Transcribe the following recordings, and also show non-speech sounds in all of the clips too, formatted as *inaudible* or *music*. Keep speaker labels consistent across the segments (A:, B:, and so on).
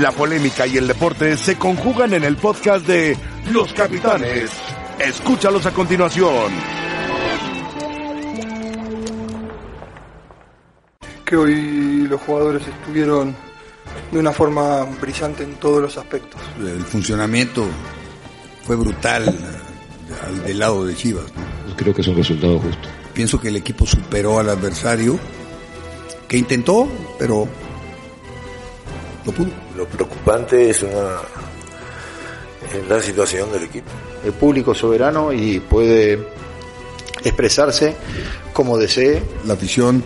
A: La polémica y el deporte se conjugan en el podcast de Los Capitanes. Escúchalos a continuación.
B: Que hoy los jugadores estuvieron de una forma brillante en todos los aspectos.
C: El funcionamiento fue brutal al, del lado de Chivas. ¿no?
D: Pues Creo que es un resultado justo.
C: Pienso que el equipo superó al adversario, que intentó, pero no pudo.
E: Lo preocupante es una, es la situación del equipo.
F: El público soberano y puede expresarse como desee.
C: La afición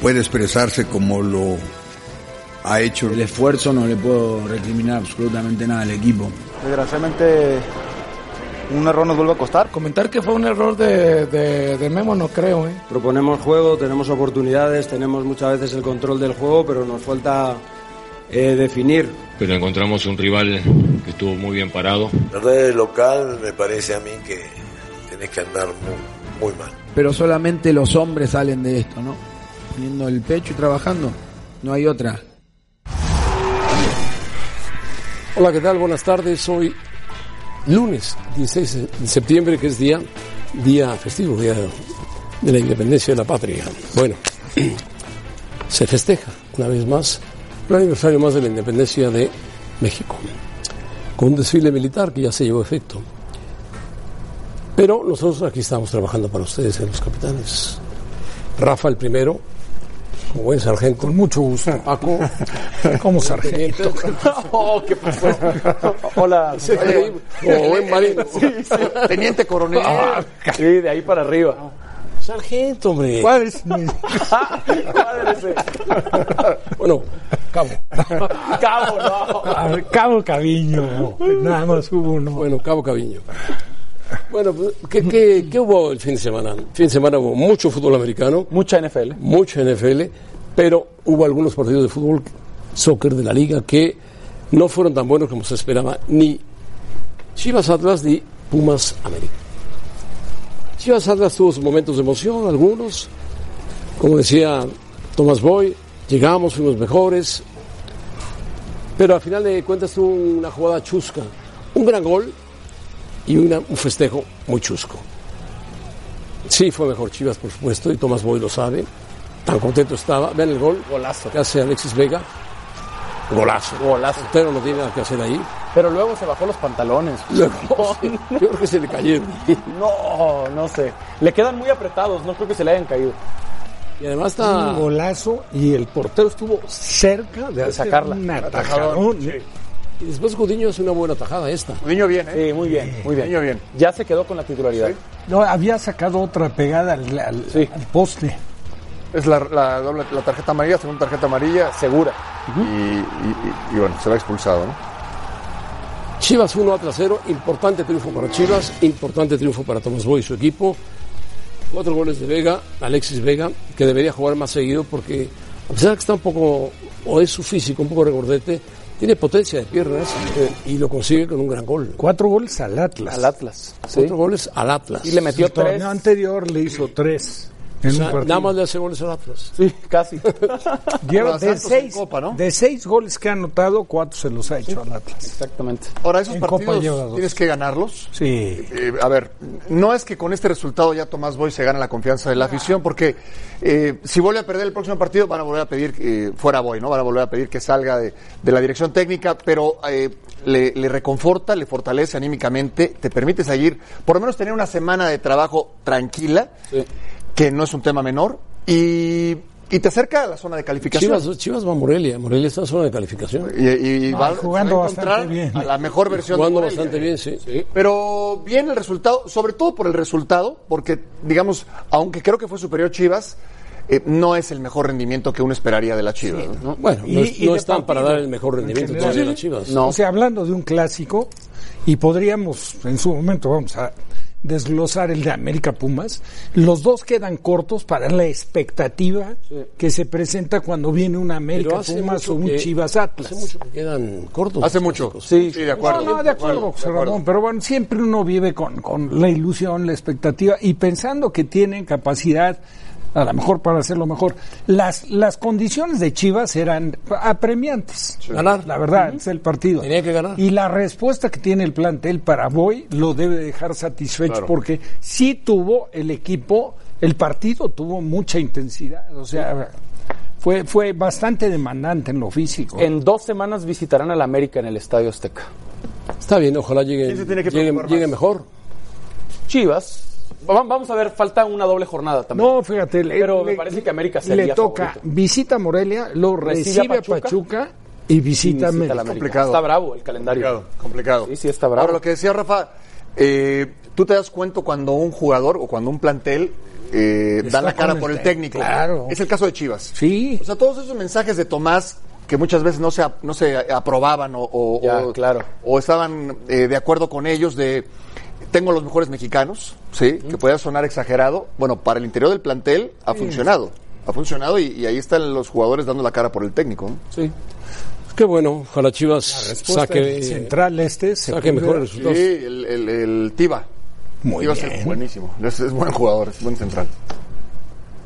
C: puede expresarse como lo ha hecho.
G: El esfuerzo no le puedo recriminar absolutamente nada al equipo.
H: Desgraciadamente un error nos vuelve a costar.
I: Comentar que fue un error de, de, de Memo no creo. ¿eh?
J: Proponemos juego, tenemos oportunidades, tenemos muchas veces el control del juego, pero nos falta eh, definir.
D: Pero encontramos un rival que estuvo muy bien parado.
E: La red local me parece a mí que tenés que andar muy, muy mal.
G: Pero solamente los hombres salen de esto, ¿no? Poniendo el pecho y trabajando. No hay otra.
K: Hola, ¿qué tal? Buenas tardes. Hoy lunes 16 de septiembre, que es día, día festivo, día de la independencia de la patria. Bueno, *clears throat* se festeja una vez más un aniversario más de la independencia de México, con un desfile militar que ya se llevó a efecto. Pero nosotros aquí estamos trabajando para ustedes en los capitanes. Rafa el primero, como buen sargento.
L: Con mucho gusto.
K: Paco.
L: *laughs* Como sargento.
K: oh, ¿qué pasó?
H: Hola.
K: Sí, como buen marino.
H: Sí, sí. Teniente coronel. Ah, sí, de ahí para arriba.
K: Sargento, hombre.
L: ¿Cuál es?
K: bueno, Cabo.
H: Cabo, no.
L: Ver, cabo Caviño. Nada más hubo uno.
K: *laughs* Bueno, Cabo Caviño. Bueno, pues, ¿qué, ¿qué, qué, hubo el fin de semana? El fin de semana hubo mucho fútbol americano.
H: Mucha NFL.
K: Mucha NFL, pero hubo algunos partidos de fútbol, soccer de la liga, que no fueron tan buenos como se esperaba, ni Chivas Atlas ni Pumas América. Chivas Atlas tuvo sus momentos de emoción, algunos. Como decía Tomás Boy, llegamos, fuimos mejores. Pero al final de cuentas tuvo una jugada chusca. Un gran gol, y una, un festejo muy chusco. Sí, fue mejor Chivas, por supuesto, y Tomás Boy lo sabe. Tan contento estaba. Vean el gol.
H: Golazo.
K: Que hace Alexis Vega. Golazo.
H: Golazo.
K: Pero no tiene nada que hacer ahí.
H: Pero luego se bajó los pantalones. *laughs*
K: Luego, no, sí. yo creo que se le cayeron.
H: No, no sé. Le quedan muy apretados, no creo que se le hayan caído.
K: Y además está.
L: Un golazo y el portero estuvo cerca de, de
H: sacarla.
L: Una atajadón. Sí.
K: Y después Gudiño es una buena tajada esta.
H: Gudiño bien, ¿eh? Sí, muy bien, muy bien.
L: Gudiño bien.
H: Ya se quedó con la titularidad. Sí.
L: No, había sacado otra pegada al, al, sí. al poste.
M: Es la, la, doble, la tarjeta amarilla, segunda tarjeta amarilla.
H: Segura.
M: Uh -huh. y, y, y, bueno, se la ha expulsado, ¿no?
K: Chivas 1 a 0, importante triunfo para Chivas, importante triunfo para Tomás Boy y su equipo. Cuatro goles de Vega, Alexis Vega, que debería jugar más seguido porque, a pesar de que está un poco, o es su físico un poco regordete, tiene potencia de piernas eh, y lo consigue con un gran gol.
L: Cuatro goles al Atlas.
H: Al Atlas.
K: ¿sí? Cuatro goles al Atlas.
H: Y le metió
L: el
H: tres.
L: torneo anterior le hizo tres.
K: En o sea, un nada más le hace goles al Atlas.
H: Sí, casi.
L: Lleva de seis, Copa, ¿no? de seis goles que ha anotado, cuatro se los ha hecho sí. al Atlas.
H: Exactamente.
M: Ahora, esos en partidos tienes que ganarlos.
L: Sí.
M: Eh, a ver, no es que con este resultado ya Tomás Boy se gana la confianza de la afición, porque eh, si vuelve a perder el próximo partido, van a volver a pedir que eh, fuera Boy, ¿no? Van a volver a pedir que salga de, de la dirección técnica, pero eh, le, le, reconforta, le fortalece anímicamente, te permite seguir, por lo menos tener una semana de trabajo tranquila. Sí que no es un tema menor, y, y, te acerca a la zona de calificación.
K: Chivas, Chivas va a Morelia, Morelia está en zona de calificación.
M: Y, y, y
L: ah, va, jugando
M: va a encontrar
L: bien.
M: a la mejor versión
K: jugando
M: de ¿eh?
K: Morelia. bastante bien, sí, sí.
M: Pero bien el resultado, sobre todo por el resultado, porque, digamos, aunque creo que fue superior Chivas, eh, no es el mejor rendimiento que uno esperaría de la Chivas. Sí,
K: ¿no? Bueno, no, es, no están para dar el mejor rendimiento general, todavía de la Chivas. No.
L: O sea, hablando de un clásico, y podríamos, en su momento, vamos a desglosar el de América Pumas, los dos quedan cortos para la expectativa sí. que se presenta cuando viene una América Pumas o un que, Chivas Atlas.
K: Hace mucho que quedan cortos.
M: Hace mucho.
K: Sí,
M: sí, de acuerdo.
L: No, no, de acuerdo, de acuerdo, José Ramón, pero bueno, siempre uno vive con, con la ilusión, la expectativa y pensando que tienen capacidad a lo mejor para hacerlo mejor. Las, las condiciones de Chivas eran apremiantes. Ganar. La verdad, es el partido.
K: Tenía que ganar.
L: Y la respuesta que tiene el plantel para Boy lo debe dejar satisfecho
K: Claro.
L: porque sí tuvo el equipo, el partido tuvo mucha intensidad. O sea, fue, fue bastante demandante en lo físico.
N: En dos semanas visitarán al América en el Estadio Azteca.
K: Está bien, ojalá lleguen, lleguen, lleguen mejor.
N: Chivas. va- Vamos a ver, falta una doble jornada también.
L: No, fíjate, le-
N: Pero me
L: le-
N: parece que América sería
L: Le toca,
N: favorito.
L: visita a Morelia, lo
N: Recibe a
L: recibe a
N: Pachuca.
L: Pachuca y visita
N: visita al
L: a América.
N: América. Complicado. Está bravo el calendario.
M: Complicado, complicado.
N: Sí, sí, está bravo.
M: Ahora, lo que decía Rafa, eh, tú te das cuenta cuando un jugador o cuando un plantel eh,
L: Está
M: dan la cara
L: con el
M: por el
L: tec-
M: técnico.
L: claro.
M: Es el caso de Chivas.
L: Sí.
M: O sea, todos esos mensajes de Tomás que muchas veces no se, ap- no se aprobaban o, o- o- o estaban eh, de acuerdo con ellos de tengo los mejores mexicanos, ¿sí? Que pueda sonar exagerado. Bueno, para el interior del plantel ha
L: Sí.
M: funcionado. Ha funcionado y, y ahí están los jugadores dando la cara por el técnico.
K: Sí. Qué bueno, ojalá Chivas
M: respuesta
K: saque, eh,
M: del
L: Central este se
K: saque mejores
M: Sí,
K: resultados.
M: el, el, el Tiva.
K: Muy
M: Tiva es
K: bien.
M: buenísimo. Es, es buen jugador, es buen central.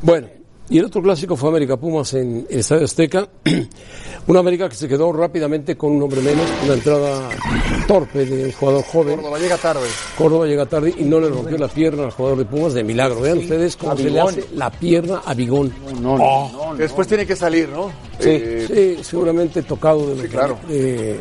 K: Bueno, y el otro clásico fue América Pumas en el Estadio Azteca. *clears throat* Una América que se quedó rápidamente con un hombre menos, una entrada torpe de un jugador joven.
M: Córdoba llega tarde.
K: Córdoba llega tarde y no le rompió la pierna al jugador de Pumas de milagro. Vean ustedes cómo
M: a
K: se le
M: Bigón.
K: hace la pierna a Bigón.
M: no, no, no, Que después no. tiene que salir, ¿no?
K: Sí,
M: Eh,
K: sí, seguramente tocado de mecánico,
M: claro.
K: eh,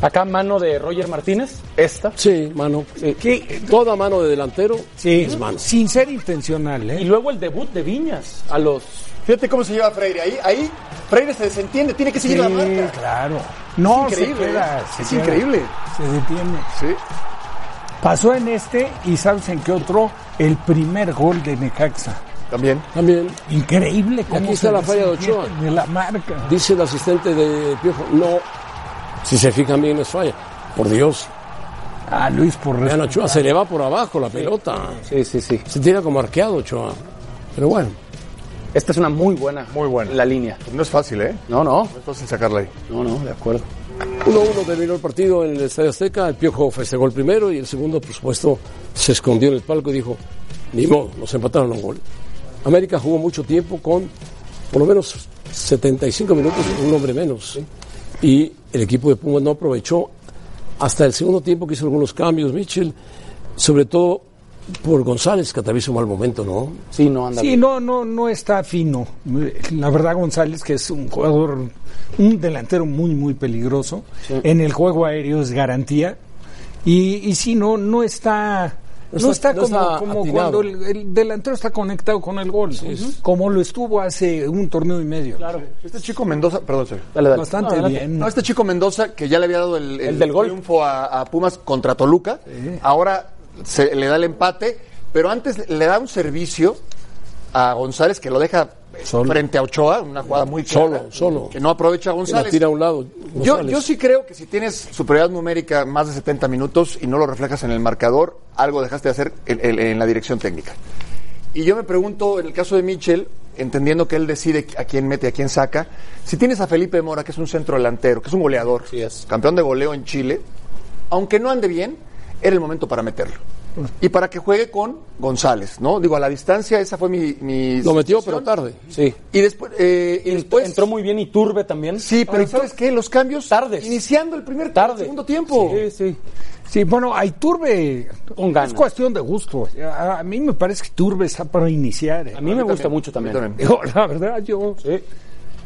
N: Acá mano de Roger Martínez, esta.
K: Sí, mano. eh, Toda mano de delantero es mano.
L: Ah, Sin ser intencional, ¿eh?
N: Y luego el debut de Viñas a los...
M: Fíjate cómo se lleva Freire. Ahí, ahí Freire se desentiende, tiene que seguir
L: Sí,
M: la marca.
L: claro. No,
M: Es increíble,
L: se queda,
M: ¿eh?
L: se
M: Es
L: queda.
M: increíble.
L: Se detiene. Pasó en este y ¿sabes en qué otro? El primer gol de Necaxa.
M: También.
K: También.
L: Increíble
K: Y
L: cómo
K: aquí
L: se
K: está la falla de
L: desentiende
K: Ochoa.
L: De la marca.
K: Dice el asistente de Piojo, no, si se fijan bien es falla. Por Dios.
L: Ah, Luis, por
K: Vean, Ochoa se le va por abajo la pelota.
N: Sí, sí, sí.
K: Se tira como arqueado Ochoa. Pero bueno.
N: Esta es una muy buena. Muy
M: buena.
N: La línea.
M: No es fácil, ¿eh?
N: No, no.
M: No es fácil sacarla ahí.
N: No, no, de acuerdo.
K: 1-1 terminó el partido en el Estadio Azteca. El Piojo festejó el primero y el segundo, por supuesto, se escondió en el palco y dijo, ni modo, nos empataron a un gol. América jugó mucho tiempo con por lo menos 75 minutos, un hombre menos. Y el equipo de Pumas no aprovechó hasta el segundo tiempo que hizo algunos cambios, Mitchell, sobre todo por González, que atraviesa un mal momento, ¿no?
N: Sí, no anda
L: Sí, no, no, no está fino. La verdad, González, que es un jugador, un delantero muy, muy peligroso. En el juego aéreo es garantía. Y, y sí, no, no está.
K: No
L: No
K: está-
L: está,
K: no
L: como,
K: está
L: como
K: atinado.
L: cuando el, el delantero está conectado con el gol, como lo estuvo hace un torneo y medio.
N: Claro.
M: Este chico Mendoza, perdón, Sergio.
N: Dale, dale.
L: Bastante
M: No, adelante.
L: bien.
M: No, este chico Mendoza, que ya le había dado el,
N: El del gol.
M: triunfo a, a Pumas contra Toluca, ahora se le da el empate, pero antes le da un servicio a González que lo deja frente a Ochoa, una jugada muy clara,
K: Solo, solo.
M: que no aprovecha a
K: Se la
M: González.
K: tira a un lado.
M: Yo,
K: González.
M: yo sí creo que si tienes superioridad numérica más de 70 minutos y no lo reflejas en el marcador, algo dejaste de hacer en, en- en la dirección técnica. Y yo me pregunto, en el caso de Mitchell, entendiendo que él decide a quién mete, a quién saca, si tienes a Felipe Mora, que es un centro delantero, que es un goleador, campeón de goleo en Chile, aunque no ande bien, era el momento para meterlo.
N: Mm.
M: Y para que juegue con González, ¿no? Digo, a la distancia, esa fue mi... mi
K: Lo metió, pero tarde.
N: Sí.
M: Y después, eh, y después
N: Entró muy bien Iturbe también.
M: Sí, pero ¿sabes qué? Los cambios.
N: Tardes.
M: Iniciando el primer
N: Tarde.
M: segundo tiempo.
N: Sí, sí.
L: Sí, bueno, a Iturbe
N: Con ganas.
L: es cuestión de gusto. A, a mí me parece que Iturbe está para iniciar. ¿eh?
N: A mí me gusta mucho también.
L: Yo, *laughs* la verdad, yo.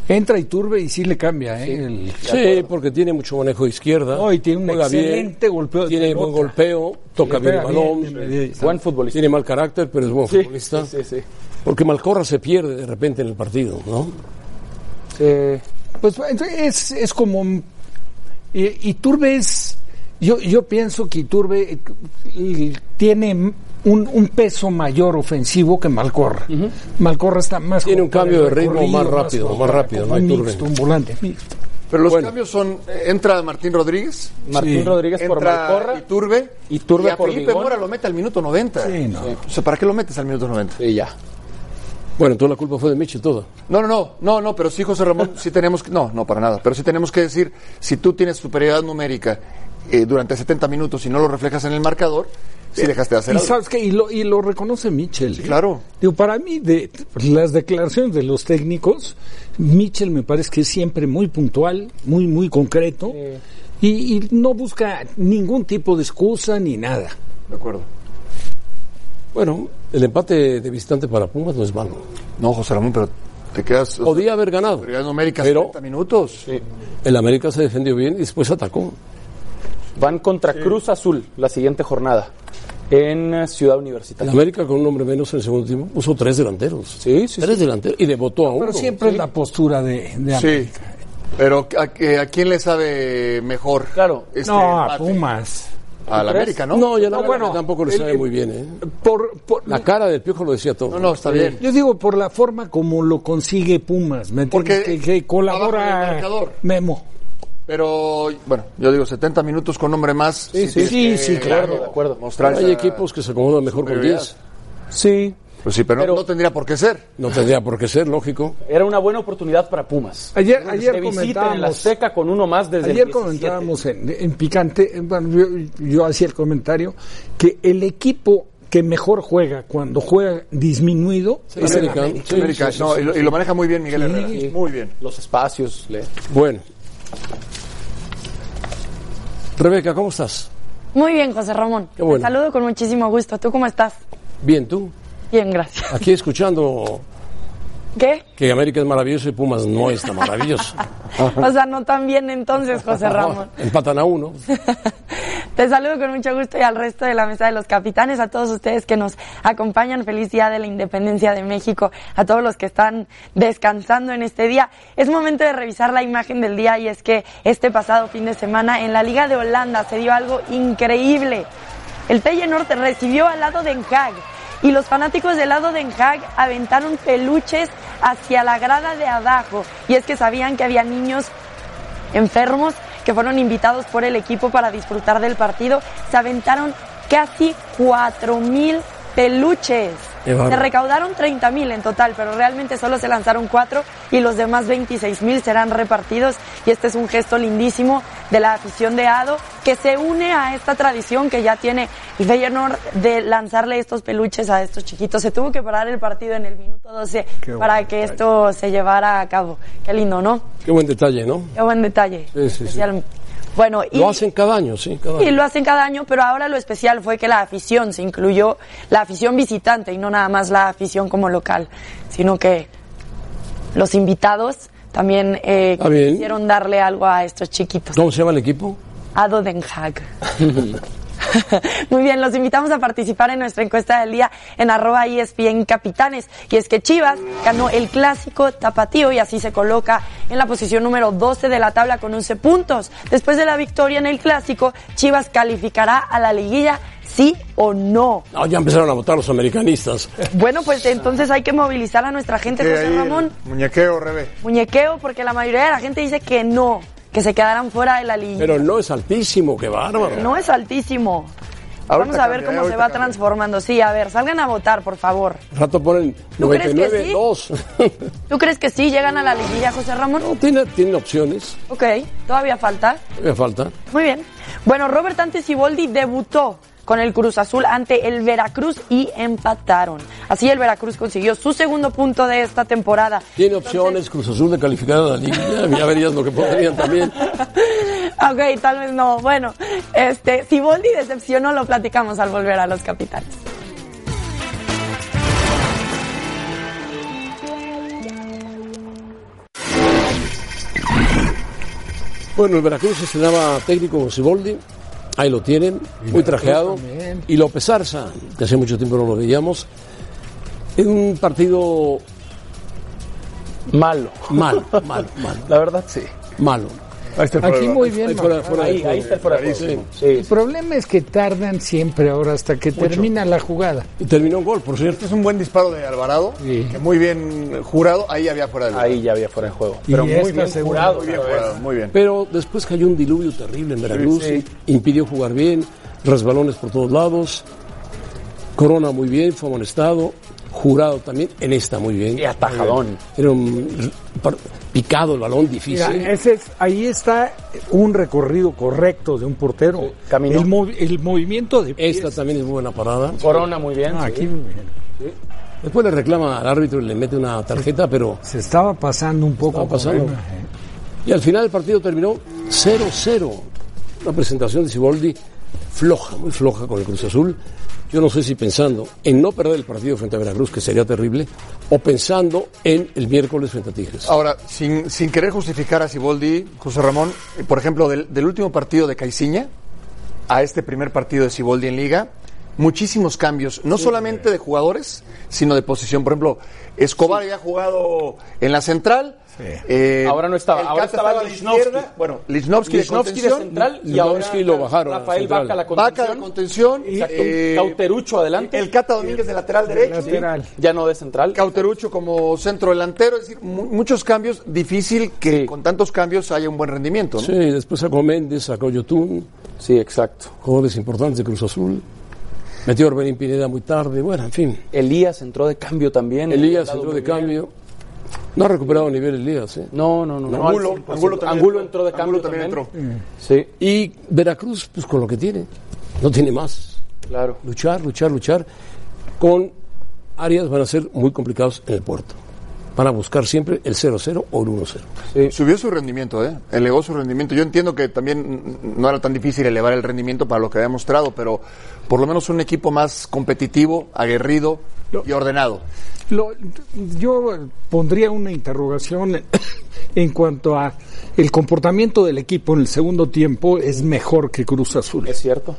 L: Entra Iturbe y sí le cambia, ¿eh? El-
K: Sí, porque tiene mucho manejo de izquierda.
L: No, y tiene un
K: juega bien,
L: excelente golpeo de
K: Tiene
L: pelota.
K: buen golpeo, toca
L: Le
K: bien el
L: pega bien,
K: balón.
L: le pega bien.
N: Buen futbolista.
K: Tiene mal carácter, pero es buen
N: Sí,
K: futbolista.
N: sí, sí, sí.
K: Porque Malcorra se pierde de repente en el partido, ¿no?
L: Pues ent- es, es como. eh, Iturbe es. Yo, yo pienso que Iturbe eh, l- tiene un, un peso mayor ofensivo que Malcorra. Malcorra está más.
K: Tiene
L: como
K: un
L: para
K: cambio
L: el
K: de ritmo
L: recorrido,
K: más rápido,
L: como
K: más
L: para-
K: rápido,
L: como
K: ¿no?
L: un
K: Iturbe.
L: mixto, un volante mixto.
M: Pero los
K: Bueno.
M: cambios son. eh, Entra Martín Rodríguez.
N: Martín
L: Sí.
N: Rodríguez por
M: entra
N: Malcorra.
M: Iturbe.
N: Iturbe
M: y a
N: por
M: Felipe
N: Bigón.
M: Mora lo mete al minuto 90.
L: Sí, no.
M: O sea, ¿para qué lo metes al minuto 90?
N: Sí, ya.
K: Bueno, toda la culpa fue de Michi, toda.
M: No, no, no, no, no, pero sí, José Ramón, sí tenemos que. No, no, para nada. Pero sí tenemos que decir: si tú tienes superioridad numérica eh, durante 70 minutos y no lo reflejas en el marcador, sí dejaste de hacer
L: Y
M: algo.
L: sabes qué, y lo, y lo reconoce Mitchell. ¿eh?
M: claro.
L: Digo, para mí, de las declaraciones de los técnicos, Mitchell me parece que es siempre muy puntual, muy, muy concreto, y, y no busca ningún tipo de excusa ni nada.
M: De acuerdo.
D: Bueno, el empate de visitante para Pumas no es malo.
M: No, José Ramón, pero te quedas.
D: Podía haber ganado. pero
M: 70 minutos.
D: el América se defendió bien y después atacó.
O: Van contra Cruz Azul la siguiente jornada en eh, Ciudad
D: El
O: Universitaria.
D: América con un hombre menos en el segundo tiempo puso tres delanteros. Sí, sí. Tres delanteros y debotó a uno.
L: Pero siempre es la postura de, de
M: Sí. Pero ¿a, que- a quién le sabe mejor? Claro.
L: no, a Pumas.
M: A
D: ¿Tú
M: la
D: crees?
M: América, ¿no?
D: No, ya la
L: No,
D: América
L: bueno,
D: tampoco le
L: el-
D: sabe
L: el-
D: muy bien, ¿eh?
L: Por, por-
D: La cara del piojo lo decía todo.
M: No, no, está bien.
L: Eh, Yo digo por la forma como lo consigue Pumas, ¿me entiendes?
M: Porque
L: que, que
M: abajo del
L: colabora
M: marcador.
L: Memo.
M: Pero, bueno, yo digo 70 minutos con hombre más. Sí,
D: sí, sí, sí, claro, de
M: acuerdo. Mostrar
D: Pero hay
M: esa-
D: equipos que se acomodan mejor con
M: superioridad.
D: 10. Sí.
M: Pues sí, pero, no- no tendría por qué ser.
D: No tendría por qué ser, lógico.
O: Era una buena oportunidad para Pumas.
L: Ayer-
O: Que
L: ayer
O: visita
L: comentábamos-
O: en la Azteca con uno más desde
L: Ayer
O: el 17.
L: comentábamos en, en Picante, eh, bueno, yo, yo hacía el comentario, que el equipo que mejor juega cuando juega disminuido
M: América, América, no, y, lo, y lo maneja muy bien Miguel
L: Sí,
M: Herrera.
L: sí.
M: Muy bien.
O: Los espacios. Le...
D: Bueno. Rebeca, ¿cómo estás?
K: Muy bien, José Ramón.
D: Qué bueno.
K: Te saludo con muchísimo gusto. ¿Tú cómo estás?
D: Bien, ¿tú?
K: Bien, gracias.
D: Aquí escuchando
K: ¿Qué?
D: que América es maravilloso y Pumas no es tan maravilloso.
K: *laughs* O sea, no tan bien entonces, José Ramón.
D: Empatan a uno.
K: *laughs* Te saludo con mucho gusto y al resto de la mesa de los capitanes, a todos ustedes que nos acompañan. Feliz día de la independencia de México, a todos los que están descansando en este día. Es momento de revisar la imagen del día y es que este pasado fin de semana en la Liga de Holanda se dio algo increíble. El Feyenoord recibió al lado de Den Haag y los fanáticos del lado de Den Haag aventaron peluches hacia la grada de abajo y es que sabían que había niños enfermos que fueron invitados por el equipo para disfrutar del partido. Se aventaron casi 4.000 peluches.
P: Qué bárbaro.
K: Se recaudaron 30.000 en total, pero realmente solo se lanzaron cuatro y los demás 26.000 serán repartidos. Y este es un gesto lindísimo de la afición de Ado que se une a esta tradición que ya tiene el Feyenoord de lanzarle estos peluches a estos chiquitos. Se tuvo que parar el partido en el minuto 12
D: Qué
K: para
D: buen
K: que esto se llevara a cabo. Qué lindo, ¿no?
D: Qué buen detalle, ¿no?
K: Qué buen detalle.
D: Sí, sí, sí.
K: Especial- Bueno, y,
D: Lo hacen cada año, sí. Cada
K: y
D: año.
K: lo hacen cada año, pero ahora lo especial fue que la afición se incluyó, la afición visitante y no nada más la afición como local, sino que los invitados también eh,
D: Ah, bien.
K: quisieron darle algo a estos chiquitos.
D: ¿Cómo se llama el equipo?
K: Ado Den
D: *laughs*
K: Haag. *laughs* Muy bien, los invitamos a participar en nuestra encuesta del día en arroba E ESPN Capitanes. Y es que Chivas ganó el clásico tapatío y así se coloca en la posición número 12 de la tabla con 11 puntos. Después de la victoria en el clásico, Chivas calificará a la liguilla sí o no.
D: Ah, ya empezaron a votar los americanistas.
K: Bueno, pues entonces hay que movilizar a nuestra gente,
M: Que
K: José
M: ahí el
K: Ramón.
M: Muñequeo, Rebe.
K: Muñequeo, porque la mayoría de la gente dice que no, que se quedarán fuera de la liguilla.
D: Pero no es altísimo, qué bárbaro.
K: No es altísimo.
D: Ahorita
K: Vamos a ver
D: cambia,
K: cómo se
D: ahorita
K: va transformando. Sí, a ver, salgan a votar, por favor.
D: Rato ponen
K: ¿Tú crees que
D: 99,
K: sí?
D: 2.
K: ¿Tú crees que sí llegan a la liguilla, José Ramón?
D: No, tiene, tiene opciones.
K: Ok, todavía falta.
D: Me falta.
K: Muy bien. Bueno, Robert Antes y Boldi debutó con el Cruz Azul ante el Veracruz y empataron. Así el Veracruz consiguió su segundo punto de esta temporada.
D: Tiene opciones, Cruz Azul de calificar a la liga. *laughs* Ya verías lo que podrían también.
K: *laughs* Ok, tal vez no. Bueno, este, si Boldi decepcionó, lo platicamos al volver a los capitales.
D: Bueno, el Veracruz estrenaba técnico con Siboldi. Ahí lo tienen, muy
L: Veracruz
D: trajeado.
L: también.
D: Y López Arza, que hace mucho tiempo no lo veíamos. En un partido. Malo.
O: *laughs*
D: Malo, malo, malo.
O: La verdad, sí.
D: Malo.
L: Aquí muy bien.
D: Ahí fuera-
L: marcado.
D: fuera de
O: Ahí-
D: juego.
O: ahí está el fuera de juego.
D: Clarísimo.
L: El problema es que tardan siempre ahora hasta que
M: Mucho.
L: termina la jugada.
D: Y terminó un gol, por cierto.
M: este Es un buen disparo de Alvarado, que muy bien jurado. Ahí había fuera de juego. Ahí
O: ya había fuera de juego.
D: Pero muy bien jurado,
M: Muy bien
D: otra vez.
M: jurado, muy bien.
D: Pero después cayó un diluvio terrible en Veracruz,
M: Sí, sí.
D: impidió jugar bien, resbalones por todos lados. Corona muy bien, fue amonestado. Jurado también, en esta muy bien. Y
O: atajadón.
D: Era un r- par- picado el balón difícil.
L: Mira, ese es- ahí está
Q: un recorrido correcto de un portero.
L: caminó.
Q: El, movi- el movimiento de
L: Esta también es muy buena parada.
H: Corona muy bien.
Q: Ah,
H: sí.
Q: aquí muy bien.
H: Sí.
L: Después le reclama al árbitro y le mete una tarjeta, pero
Q: se estaba pasando un poco. ¿eh?
L: pasando.
Q: Corona,
L: Y al final el partido terminó 0-0. Una presentación de Siboldi floja, muy floja con el Cruz Azul. Yo no sé si pensando en no perder el partido frente a Veracruz, que sería terrible, o pensando en el miércoles frente a Tigres.
M: Ahora, sin, sin querer justificar a Siboldi, José Ramón, eh, por ejemplo, del, del último partido de Caiciña a este primer partido de Siboldi en Liga, muchísimos cambios, no solamente de jugadores, sino de posición. Por ejemplo, Escobar había jugado en la central. eh,
H: Ahora no estaba,
M: el
H: ahora
M: Cata
H: estaba
M: a la
H: Lichnowsky.
M: izquierda, Bueno, Lichnowsky,
H: Lichnowsky de
M: de, contención.
H: central y ahora Rafael Vaca la contención.
M: Vaca la contención.
H: Exacto.
M: eh,
H: Cauterucho adelante.
M: El Cata Domínguez de lateral derecho.
H: Lateral. Ya no de central.
M: Cauterucho como centro delantero. Es decir, mu- muchos cambios. Difícil que con tantos cambios haya un buen rendimiento. ¿no?
L: Sí, después sacó Méndez, sacó Yotun.
H: Sí, exacto.
L: Jugadores importantes de Cruz Azul. Metió a Orbelín Pineda muy tarde, bueno, en fin.
H: Elías entró de cambio también. ¿eh?
L: Elías entró de cambio. No ha recuperado nivel Elías, ¿eh?
H: No, no, no, Angulo, al 100%. Angulo también Angulo entró. entró de Angulo cambio también
M: Eh,
H: también. Sí.
L: Y Veracruz, pues con lo que tiene. No tiene más.
H: Claro.
L: Luchar, luchar, luchar. Con áreas van a ser muy complicados en el puerto. Van a buscar siempre el 0-0 o el 1-0.
M: Subió su rendimiento, ¿eh? elevó su rendimiento. Yo entiendo que también mm, no era tan difícil elevar el rendimiento para lo que había mostrado, pero por lo menos un equipo más competitivo, aguerrido y ordenado.
Q: Lo- yo pondría una interrogación en *coughs* cuanto a el comportamiento del equipo en el segundo tiempo es mejor que Cruz Azul. Es
H: cierto.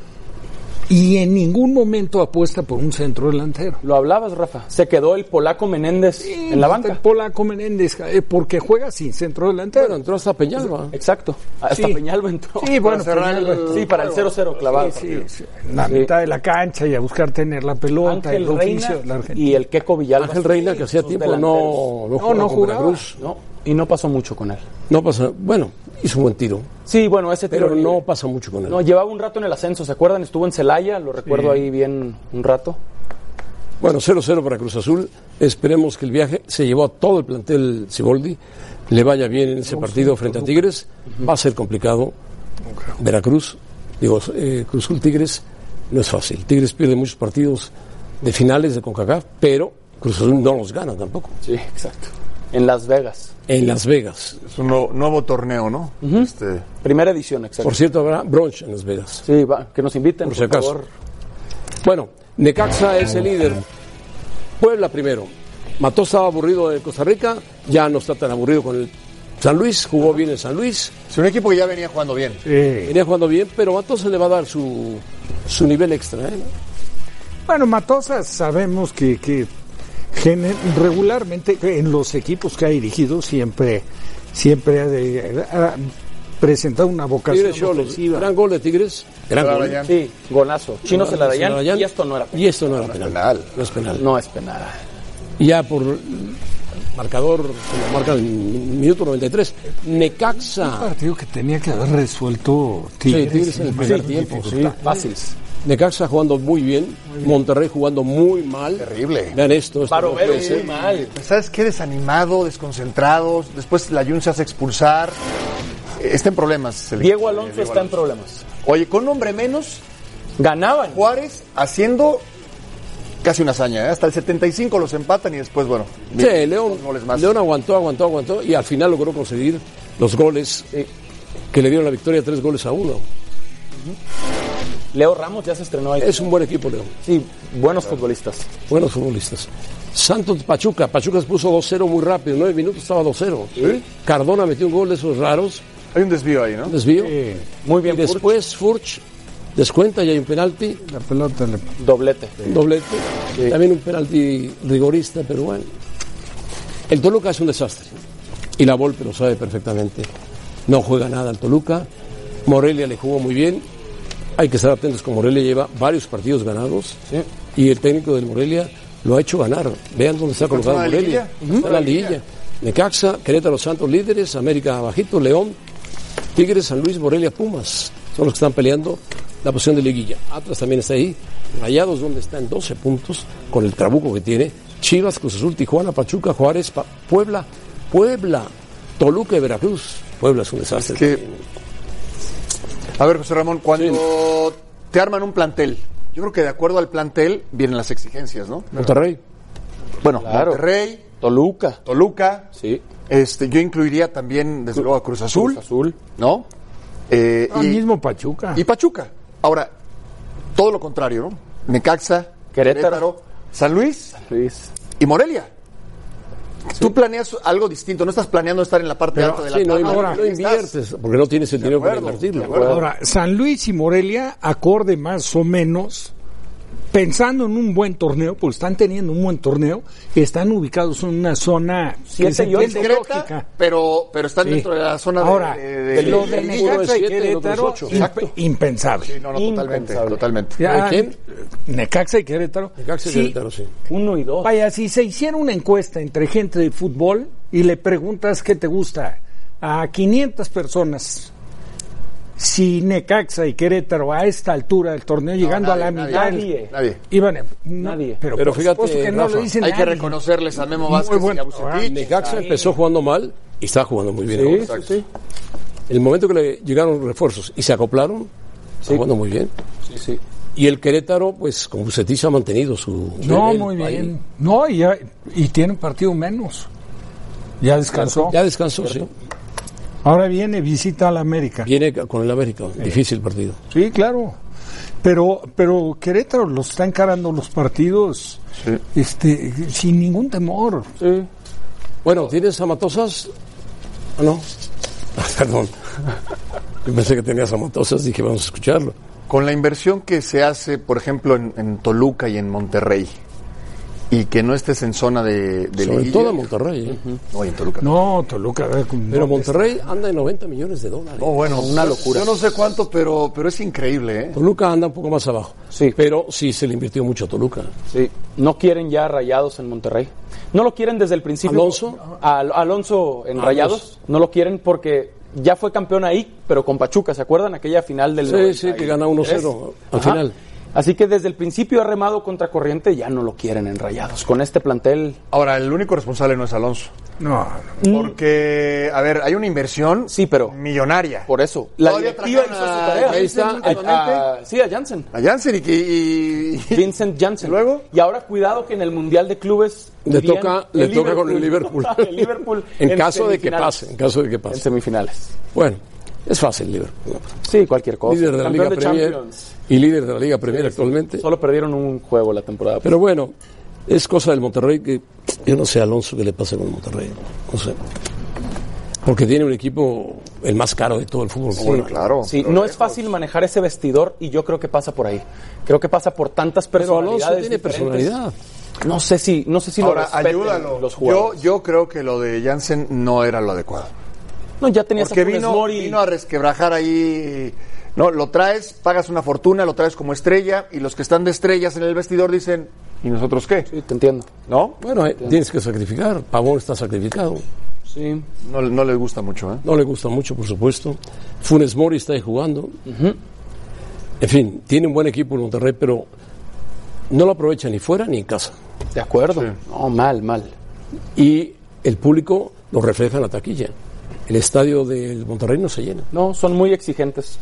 Q: Y en ningún momento apuesta por un centro delantero.
H: Lo hablabas, Rafa. Se quedó el polaco Menéndez en la banca.
Q: Polaco Menéndez, eh, porque juega sin centro delantero.
L: entró hasta Peñalba.
H: Exacto. Hasta Peñalba entró.
Q: Sí, bueno,
H: Para cerrar
Q: Peñalba.
H: el- sí, para el 0-0 clavado.
Q: Sí, sí, sí. En la mitad de la cancha y a buscar tener la pelota,
H: Ángel
Q: el oficio
H: Reina
Q: de la Argentina.
H: y el Queco Villalba.
Q: Ángel Reina, que hacía
H: Sus
Q: tiempo no-
H: delanteros.
Q: no jugaba con Veracruz.
H: No, y no pasó mucho con él.
L: No pasa, bueno, hizo un buen tiro.
H: Sí, bueno, ese tiro
L: Pero
H: libre.
L: no pasa mucho con él.
H: No, llevaba un rato en el ascenso, ¿se acuerdan? Estuvo en Celaya, lo recuerdo
L: Sí.
H: ahí bien un rato.
L: Bueno, 0-0 para Cruz Azul. Esperemos que el viaje se llevó a todo el plantel Ciboldi. Le vaya bien en ese partido frente a Tigres. Va a ser complicado. Veracruz, digo, eh, Cruz Azul Tigres no es fácil. Tigres pierde muchos partidos de finales de CONCACAF, pero Cruz Azul no los gana tampoco.
H: Sí, exacto. En Las Vegas.
L: En Las Vegas.
M: Es un nuevo, nuevo torneo, ¿no? Este-
H: Primera edición, exacto.
L: Por cierto, habrá brunch en Las Vegas.
H: Sí, va, que nos inviten,
L: Por
H: por,
L: si acaso.
H: favor.
L: Bueno, Necaxa es el líder. Puebla primero. Mató estaba aburrido de Costa Rica, ya no está tan aburrido con el San Luis, jugó bien el San Luis.
M: Es un equipo que ya venía jugando bien.
L: Venía jugando bien, pero Mató se le va a dar su, su nivel extra. ¿eh?
Q: Bueno, Matosas sabemos que, que gener- regularmente en los equipos que ha dirigido siempre, siempre ha, de- ha presentado una vocación.
L: Tigres Cholos, gran gol de Tigres. Gran gol.
H: Sí, golazo. Chino Celarayán,
L: Celarayán.
H: y esto no era penal.
L: Y esto no era penal. No es penal.
H: No es penal.
L: Ya por marcador, se lo marca el minuto 93. Necaxa.
Q: partido que tenía que haber resuelto Tigres,
L: sí, Tigres en el primer
Q: Sí,
L: tiempo, sí,
Q: dificultad.
L: fácil. Necaxa jugando muy bien, Monterrey jugando muy mal. Terrible. Vean esto. esto no
H: eh,
L: puede ser.
M: mal. ¿Sabes qué? Desanimado, desconcentrado. Después la Jun se hace expulsar. Eh, Está en problemas. el
H: Diego
M: equipo de
L: Eh,
H: Alonso
M: Diego
H: está en problemas.
M: Oye, con un hombre menos.
H: Ganaban.
M: Juárez haciendo casi una hazaña. ¿eh? Hasta el 75 los empatan y después, bueno.
L: Sí,
M: bien,
L: León,
M: dos goles más.
L: León aguantó, aguantó, aguantó y al final logró conseguir los goles eh, que le dieron la victoria, tres goles a uno.
H: Leo Ramos ya se estrenó ahí.
L: Es un buen equipo, León.
H: Sí, buenos futbolistas.
L: Buenos futbolistas. Santos Pachuca, Pachuca se puso 2-0 muy rápido, nueve minutos estaba 2-0. Cardona metió un gol de esos raros.
M: Hay un desvío ahí, ¿no?
L: Desvío.
H: Muy bien.
L: Y después Furch descuenta y hay un penalti.
Q: La pelota le
H: Doblete.
L: Doblete. También un penalti rigorista, pero bueno. El Toluca es un desastre. Y la Volpe lo sabe perfectamente. No juega nada al Toluca. Morelia le jugó muy bien. Hay que estar atentos con Morelia. Lleva varios partidos ganados. Y el técnico del Morelia lo ha hecho ganar. Vean dónde está colocado
M: está en la
L: Morelia.
M: liguilla?
L: Está en la liguilla. Necaxa, Querétaro Santos líderes, América abajito, León, Tigres, San Luis, Morelia, Pumas. Son los que están peleando la posición de liguilla. Atlas también está ahí. Rayados donde está en 12 puntos con el trabuco que tiene. Chivas, Cruz Azul, Tijuana, Pachuca, Juárez, Pa- Puebla, Puebla, Toluca y Veracruz. Puebla es un desastre.
M: que
L: también.
M: A ver, José Ramón, cuando te arman un plantel, yo creo que de acuerdo al plantel vienen las exigencias, ¿no?
L: Monterrey.
M: Bueno,
L: Claro.
M: Monterrey.
H: Toluca.
M: Toluca.
H: Sí.
M: Este, yo incluiría también, desde luego, a Cruz Azul.
H: Cruz Azul.
M: ¿No? Eh,
Q: Al
M: y-
Q: mismo Pachuca.
M: y Pachuca. Ahora, todo lo contrario, ¿no? Necaxa, Querétaro, San Luis, y Morelia. Tú planeas algo distinto, no estás planeando estar en la parte
L: Pero,
M: alta de la
L: sí, no,
M: tabla.
L: ahora, no inviertes, porque no tienes el dinero para invertirlo.
Q: Ahora, San Luis y Morelia, acorde más o menos, pensando en un buen torneo, pues están teniendo un buen torneo, están ubicados en una zona que se entiende lógica.
M: pero, pero están
Q: Sí.
M: dentro de la zona de-
Q: Ahora,
M: de,
Q: lo de
M: liguilla.
Q: Necaxa y Querétaro,
M: ocho.
Q: imp- impensable.
M: Sí, no, no, totalmente,
Q: Impensable.
M: totalmente.
Q: Ya, Necaxa y Querétaro.
L: Necaxa y Querétaro, sí.
Q: Uno y dos. Vaya, si se hiciera una encuesta entre gente de fútbol y le preguntas qué te gusta a 500 personas, si Necaxa y Querétaro a esta altura del torneo, llegando
M: nadie,
Q: a la
M: nadie,
Q: mitad,
M: nadie. Nadie.
Q: iban a- no, Pero,
L: Pero
Q: por
L: fíjate,
Q: supuesto que no
L: Rafa,
Q: lo dicen
M: Hay que
Q: nadie.
M: reconocerles a Memo
Q: Muy
M: Vázquez y
Q: bueno.
M: a Bucetich.
L: Necaxa
M: Ahí.
L: empezó jugando mal y está jugando muy bien.
M: Sí,
L: ahora.
M: exacto.
L: El momento que le llegaron refuerzos y se acoplaron, está jugando muy bien. Y el Querétaro, pues con Bucetich ha mantenido su.
Q: No,
L: nivel
Q: muy bien.
L: ahí.
Q: No, y, ya- y tiene un partido menos. Ya descansó.
L: Ya descansó, sí.
Q: Ahora viene, visita al América.
L: Viene con el América. Difícil partido.
Q: Sí, claro. Pero, pero Querétaro los está encarando los partidos este, sin ningún temor.
L: Bueno, ¿tienes a Matosas? Ah, No. *laughs* Ah, Perdón. Yo pensé que tenías a Matosas, dije, vamos a escucharlo.
M: Con la inversión que se hace, por ejemplo, en, en Toluca y en Monterrey, y que no estés en zona de, de
L: Sobre
M: liguilla-
L: todo a Monterrey. ¿eh?
M: No, y en Toluca.
Q: No, Toluca. Pero
L: Pero Monterrey
H: pues,
L: anda en 90 millones de dólares.
M: Oh, bueno,
L: una locura.
M: Yo no sé cuánto, pero, pero es increíble, ¿eh?
L: Toluca anda un poco más abajo. Sí. Pero sí se le invirtió mucho a Toluca.
H: Sí. No quieren ya rayados en Monterrey. No lo quieren desde el principio.
L: ¿Alonso? Ah,
H: Al- Alonso en
L: Alonso.
H: rayados. No lo quieren porque ya fue campeón ahí, pero con Pachuca. ¿Se acuerdan? Aquella final del.
L: Sí,
H: 93.
L: sí, que gana 1-0 al
H: Ajá.
L: final.
H: Así que desde el principio ha remado contra corriente y ya no lo quieren en rayados. Con este plantel.
M: Ahora, el único responsable no es Alonso.
Q: No.
M: Porque, a ver, hay una inversión
H: Mm. sí, pero
M: millonaria.
H: Por eso. La
M: Todavía
H: directiva hizo su
M: trajeron a
H: tarea.
M: Ahí está,
H: A- a- sí, a Jansen.
M: A Janssen y, que- y-
H: Vincent Janssen. Luego. Y ahora cuidado que en el Mundial de Clubes.
L: Le
H: irían
L: toca,
H: el
L: le toca con el Liverpool.
H: *laughs* El Liverpool
L: en, caso de que
H: semifinales.
L: pase, en caso de que pase.
H: En semifinales.
L: Bueno, es fácil Liverpool.
H: Sí, cualquier cosa.
L: Líder de la
H: Campeón
L: Liga Premier
H: Champions.
L: y líder de la Liga Premier actualmente.
H: Solo perdieron un juego la temporada.
L: Pero bueno, es cosa del Monterrey que yo no sé Alonso qué le pasa con Monterrey, no sé. Porque tiene un equipo el más caro de todo el
M: Ah,
L: fútbol.
H: Sí, Sí, no es fácil manejar ese vestidor y yo creo que pasa por ahí. Creo que pasa por tantas
L: Pero
H: personalidades.
L: Alonso tiene
H: diferentes.
L: personalidad.
H: No sé si, no sé si
M: Ahora,
H: lo respeten
M: ayúdalo.
H: los
M: yo,
H: jugadores.
M: yo creo que lo de Janssen no era lo adecuado.
H: no, ya tenías a
M: Porque
H: Funes
M: vino,
H: Mori.
M: vino a resquebrajar ahí. No, lo traes, pagas una fortuna, lo traes como estrella, y los que están de estrellas en el vestidor dicen, ¿y nosotros qué?
H: Sí, te entiendo.
M: ¿No?
L: Bueno, eh, tienes que sacrificar. Pavón está sacrificado.
H: Sí.
M: No, no les gusta mucho, ¿eh?
L: No le gusta mucho, por supuesto. Funes Mori está ahí jugando. En fin, tiene un buen equipo el Monterrey, pero no lo aprovecha ni fuera ni en casa.
H: De acuerdo. No, mal, mal.
L: Y el público lo refleja en la taquilla. El estadio del Monterrey no se llena.
H: No, son muy exigentes.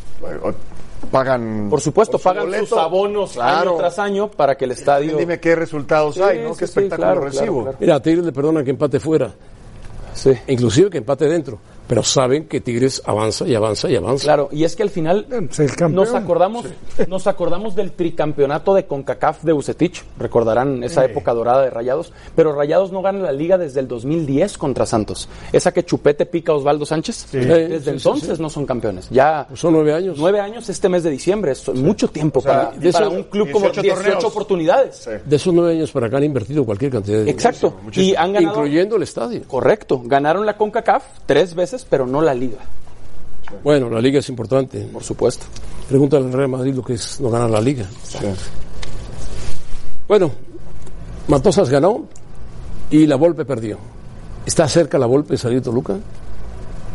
M: Pagan.
H: Por supuesto,
M: su
H: pagan
M: boleto.
H: sus abonos
M: Claro.
H: año tras año para que el estadio.
M: Dime qué resultados hay, ¿no?
H: sí,
M: ¿Qué
H: sí,
M: espectáculo
H: claro, claro,
M: recibo?
H: claro.
L: Mira, a Tigres le perdonan que empate fuera.
H: Sí.
L: Inclusive que empate dentro. Pero saben que Tigres avanza y avanza y avanza.
H: Claro, y es que al final nos acordamos, nos acordamos del tricampeonato de CONCACAF de Bucetich, recordarán esa época dorada de Rayados, pero Rayados no gana la liga desde el 2010 contra Santos, esa que Chupete pica a Osvaldo Sánchez, Eh, desde
L: Sí, sí,
H: entonces no son campeones, ya
L: Son nueve años.
H: nueve años este mes de diciembre, es mucho tiempo para,
L: de
H: para
L: esos
H: un club como
L: 18
H: 18
L: torneos.
H: oportunidades.
L: De esos nueve años para acá han invertido cualquier cantidad de dinero.
H: Exacto, y han ganado,
L: Incluyendo el estadio.
H: correcto, ganaron la CONCACAF tres veces, pero no la liga.
L: Bueno, la liga es importante. Por
H: supuesto.
L: Pregúntale al Real Madrid lo que es no ganar la liga. Bueno, Matosas ganó y la Volpe perdió. ¿Está cerca la Volpe de salir de Toluca?